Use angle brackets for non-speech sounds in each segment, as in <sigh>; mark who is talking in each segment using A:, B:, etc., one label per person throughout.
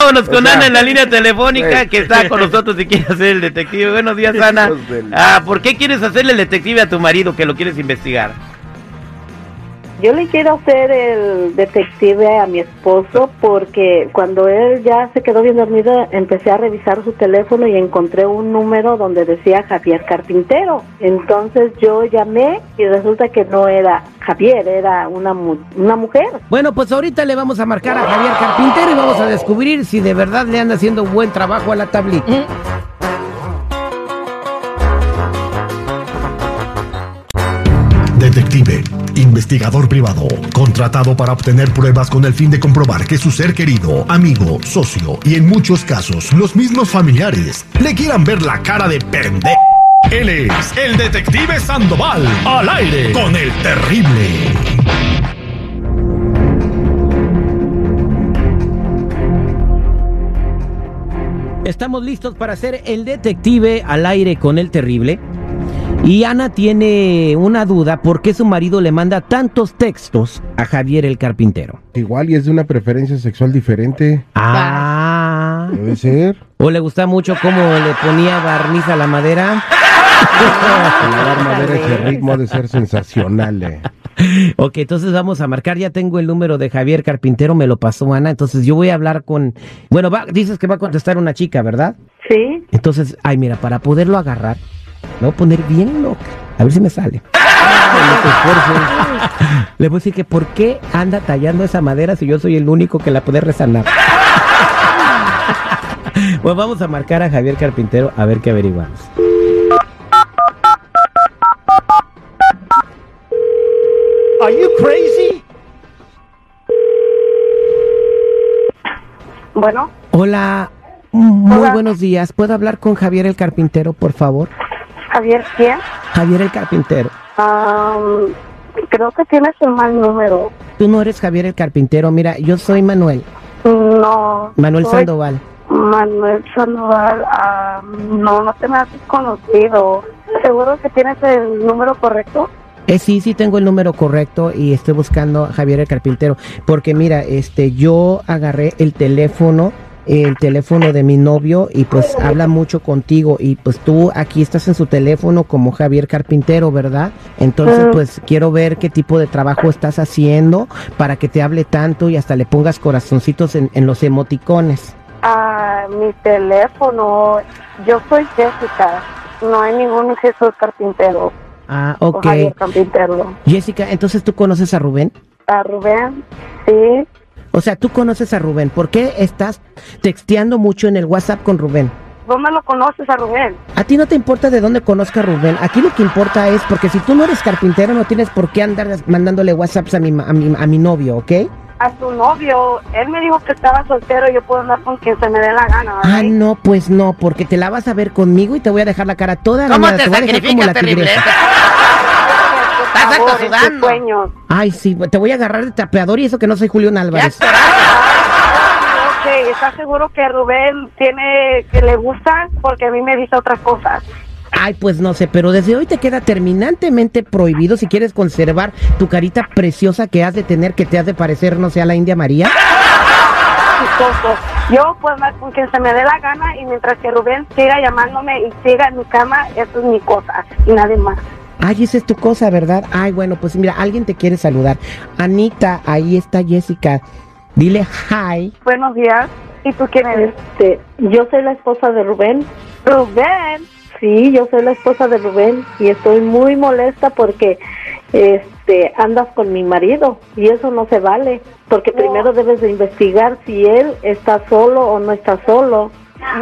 A: vámonos con Ana en la línea telefónica que está con nosotros y quiere hacer el detective. Buenos días, Ana. Ah, ¿Por qué quieres hacerle el detective a tu marido que lo quieres investigar?
B: Yo le quiero hacer el detective a mi esposo porque cuando él ya se quedó bien dormido empecé a revisar su teléfono y encontré un número donde decía Javier Carpintero. Entonces yo llamé y resulta que no era Javier, era una, mu- una mujer.
C: Bueno, pues ahorita le vamos a marcar a Javier Carpintero y vamos a descubrir si de verdad le anda haciendo un buen trabajo a la tablita.
D: Detective, investigador privado, contratado para obtener pruebas con el fin de comprobar que su ser querido, amigo, socio y en muchos casos los mismos familiares le quieran ver la cara de pendejo. Él es el detective Sandoval, al aire con el terrible.
C: Estamos listos para hacer el detective al aire con el terrible. Y Ana tiene una duda por qué su marido le manda tantos textos a Javier el carpintero.
E: Igual y es de una preferencia sexual diferente.
C: Ah.
E: Puede
F: <laughs>
E: ser.
C: ¿O le gusta mucho cómo le ponía barniz a la madera?
F: Ah,
E: Jalar madera ese ritmo ha de ser sensacional. eh.
C: Ok, entonces vamos a marcar. Ya tengo el número de Javier Carpintero, me lo pasó Ana. Entonces yo voy a hablar con. Bueno, va- dices que va a contestar una chica, ¿verdad?
B: Sí,
C: Entonces, ay, mira, para poderlo agarrar, me voy a poner bien loca. A ver si me sale. <laughs> Le voy a decir que por qué anda tallando esa madera si yo soy el único que la puede resanar. Bueno, vamos a marcar a Javier Carpintero a ver qué averiguamos.
B: bueno,
C: Hola, muy
B: Hola.
C: buenos días. ¿Puedo hablar con Javier el Carpintero, por favor?
B: Javier, ¿quién?
C: Javier el Carpintero.
B: Am, creo que tienes el mal número.
C: Tú no eres Javier el Carpintero, mira, yo soy Manuel,
B: No.
C: Manuel
B: soy
C: Sandoval.
B: Manuel Sandoval, ah, no, no te me has conocido. ¿Seguro que tienes el número correcto?
C: Eh, sí, sí tengo el número correcto y estoy buscando a Javier el Carpintero, porque mira, este, yo agarré el teléfono, el teléfono de mi novio y pues habla mucho contigo y pues tú aquí estás en su teléfono como Javier Carpintero, ¿verdad? Entonces
B: Mm.
C: pues quiero ver qué tipo de trabajo estás haciendo para que te hable tanto y hasta le pongas corazoncitos en, en los emoticones.
B: Ah, mi teléfono. Yo soy Jessica. No hay ningún Jesús Carpintero
C: Ah,
B: o
C: ok.
B: Javier Carpintero.
C: Jessica, entonces tú conoces a Rubén.
B: Ah, Rubén, sí.
C: O sea, tú conoces a Rubén. ¿Por qué estás texteando mucho en el WhatsApp con Rubén?
B: ¿Vos me lo conoces a Rubén?
C: A ti no te importa de dónde conozca a Rubén. Aquí lo que importa es porque si tú no eres carpintero no tienes por qué andar des- mandándole WhatsApps a mi, ma- a mi, a mi novio, ¿ok?
B: A su novio. Él me dijo que estaba soltero y yo puedo andar con quien se me dé la gana. ¿verdad?
C: Ah, no, pues no, porque te la vas a ver conmigo y te voy a dejar la cara toda
A: ¿Cómo
C: arañada,
A: te
C: voy a dejar como
A: sacrificas,
C: la
A: terrible?
C: tigresa.
B: Por
A: Estás
B: favor, en tus
A: acosudando.
B: sueños.
C: Ay, sí, te voy a agarrar de tapeador y eso que no soy Julián Álvarez.
B: Ok, ¿estás seguro que Rubén tiene que le gusta? Porque a mí me dice otras cosas.
C: Ay, pues no sé, pero desde hoy te queda terminantemente prohibido si quieres conservar tu carita preciosa que has de tener, que te has de parecer, no sé, a la India María.
B: Chistoso. Yo puedo andar con quien se me dé la gana y mientras que Rubén siga llamándome y siga en mi cama, eso es mi cosa y nadie más.
C: Ay, esa es tu cosa, ¿verdad? Ay, bueno, pues mira, alguien te quiere saludar. Anita, ahí está Jessica. Dile hi.
B: Buenos días. ¿Y tú quién eres?
G: Este, yo soy la esposa de Rubén.
B: Rubén.
G: Sí, yo soy la esposa de Rubén y estoy muy molesta porque este andas con mi marido y eso no se vale, porque
B: No.
G: primero debes de investigar si él está solo o no está solo.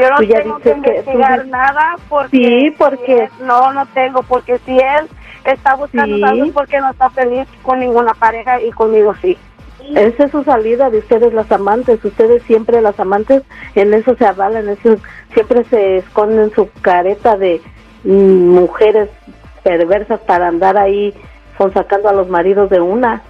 B: Yo no
G: Tú ya
B: tengo que
G: dices que tú
B: investigar
G: dices-
B: nada porque...
G: Sí, porque-
B: si él- no, no tengo, porque si él está buscando
G: Sí.
B: algo es porque no está feliz con ninguna pareja y conmigo sí.
G: Esa es su salida de ustedes las amantes, ustedes siempre las amantes en eso se avalan, en eso siempre se esconden su careta de mm, mujeres perversas para andar ahí son sacando a los maridos de una.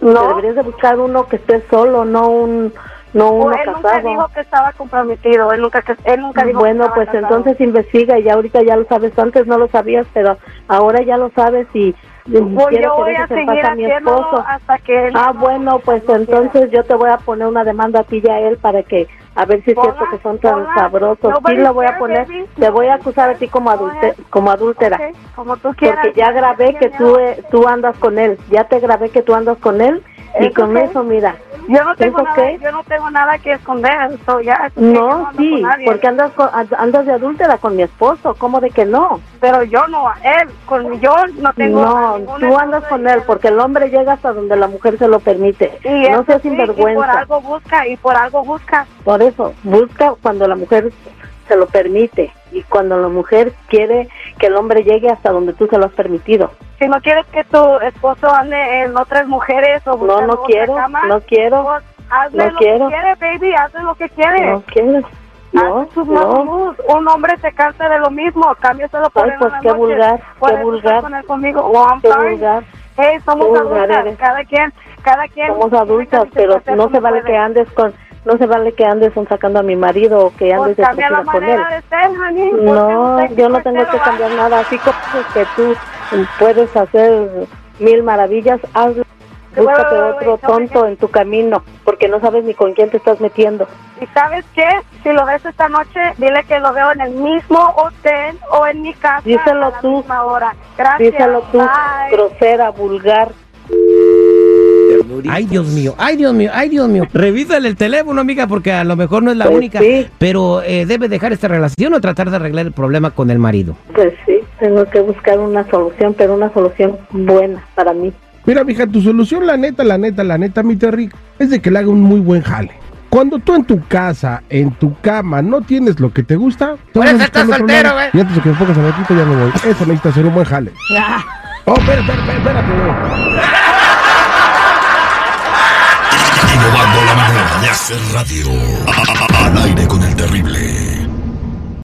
B: No,
G: Deberías de buscar uno que esté solo, no un no uno
B: él nunca dijo
G: casado.
B: que estaba comprometido, él nunca, que- él nunca dijo que
G: Bueno,
B: estaba
G: pues
B: casado.
G: entonces investiga, ya ahorita ya lo sabes, antes no lo sabías, pero ahora ya lo sabes y Pues
B: yo voy a seguir haciéndolo hasta que él
G: Ah,
B: no-
G: bueno, pues
B: no
G: entonces yo te voy a poner una demanda a ti y a él para que a ver si es cierto
B: Hola,
G: que son tan
B: hola.
G: sabrosos. Sí,
B: Nobody's
G: lo voy a
B: there,
G: poner.
B: baby.
G: Te voy a acusar a ti como, adulte-
B: Go
G: como adúltera.
B: Ok, como tú quieras.
G: Porque ya grabé que tú, eh, tú andas con él. Ya te grabé que tú andas con él. Y
B: ¿Es
G: con
B: ok?
G: eso, mira.
B: Yo no tengo
G: ¿Es
B: nada,
G: ok?
B: yo no tengo nada que esconder, so ya. so yo
G: No,
B: ando con
G: sí,
B: nadie.
G: porque andas, con- andas de adúltera con mi esposo. ¿Cómo de que no?
B: pero yo no a él, con yo no tengo
G: No,
B: ninguna
G: tú andas
B: cosa
G: con
B: de
G: él porque el hombre llega hasta donde la mujer se lo permite.
B: y él
G: no
B: se
G: seas
B: sigue y por
G: sinvergüenza.
B: algo busca y por algo busca.
G: Por eso, busca cuando la mujer se lo permite y cuando la mujer quiere que el hombre llegue hasta donde tú se lo has permitido.
B: Si no quieres que tu esposo ande en otras mujeres o
G: No,
B: buscando
G: no
B: otra
G: quiero,
B: cama,
G: no quiero,
B: pues hazle
G: no
B: lo
G: quiero.
B: que quiere, baby, hazle lo que quiere.
G: no
B: Ah,
G: quiero. No,
B: Hazle sus nuevos
G: no.
B: moods. Un hombre se cansa de lo mismo, cámbiaselo por
G: Ay,
B: él
G: pues
B: una
G: qué
B: noche.
G: vulgar,
B: Por
G: qué
B: eso
G: vulgar,
B: estás con él conmigo. Oh, I'm
G: qué
B: sorry.
G: vulgar.
B: Hey, somos
G: Qué vulgar
B: adultas,
G: eres.
B: cada quien, cada quien.
G: Somos adultas, pero no se vale que andes con, no se vale que andes sacando a mi marido o que andes
B: Pues
G: de
B: cambia la
G: con él.
B: manera de ser, honey.
G: No, yo no tengo que cambiar nada. Así como dices que tú puedes hacer mil maravillas, hazlo. Búscate otro tonto en tu camino, porque no sabes ni con quién te estás metiendo.
B: Y sabes qué, si lo ves esta noche, dile que lo veo en el mismo hotel o en mi casa.
G: Díselo
B: a la
G: tú.
B: misma hora. Gracias.
G: Díselo tú,
B: Bye.
G: grosera, vulgar.
C: Ay, Dios mío, ay, Dios mío, ay, Dios mío. Revísale el teléfono, amiga, porque a lo mejor no es la
G: Pues
C: única.
G: sí.
C: Pero eh, debe dejar esta relación o tratar de arreglar el problema con el marido.
G: Pues sí, tengo que buscar una solución, pero una solución buena para mí.
E: Mira, mija, tu solución, la neta, la neta, la neta, mi Terry, es de que le haga un muy buen jale. Cuando tú en tu casa, en tu cama, no tienes lo que te gusta, tú
F: Por
E: vas a
F: eso
E: buscar
F: estás
E: otro
F: soltero,
E: lado.
F: güey.
E: Y antes de que me pongas a metito, ya me voy. Eso necesita hacer un buen jale.
F: Ah.
E: Oh, espera, espera, espera, espérate, güey.
D: Innovando la manera de hacer radio. Al aire con el terrible.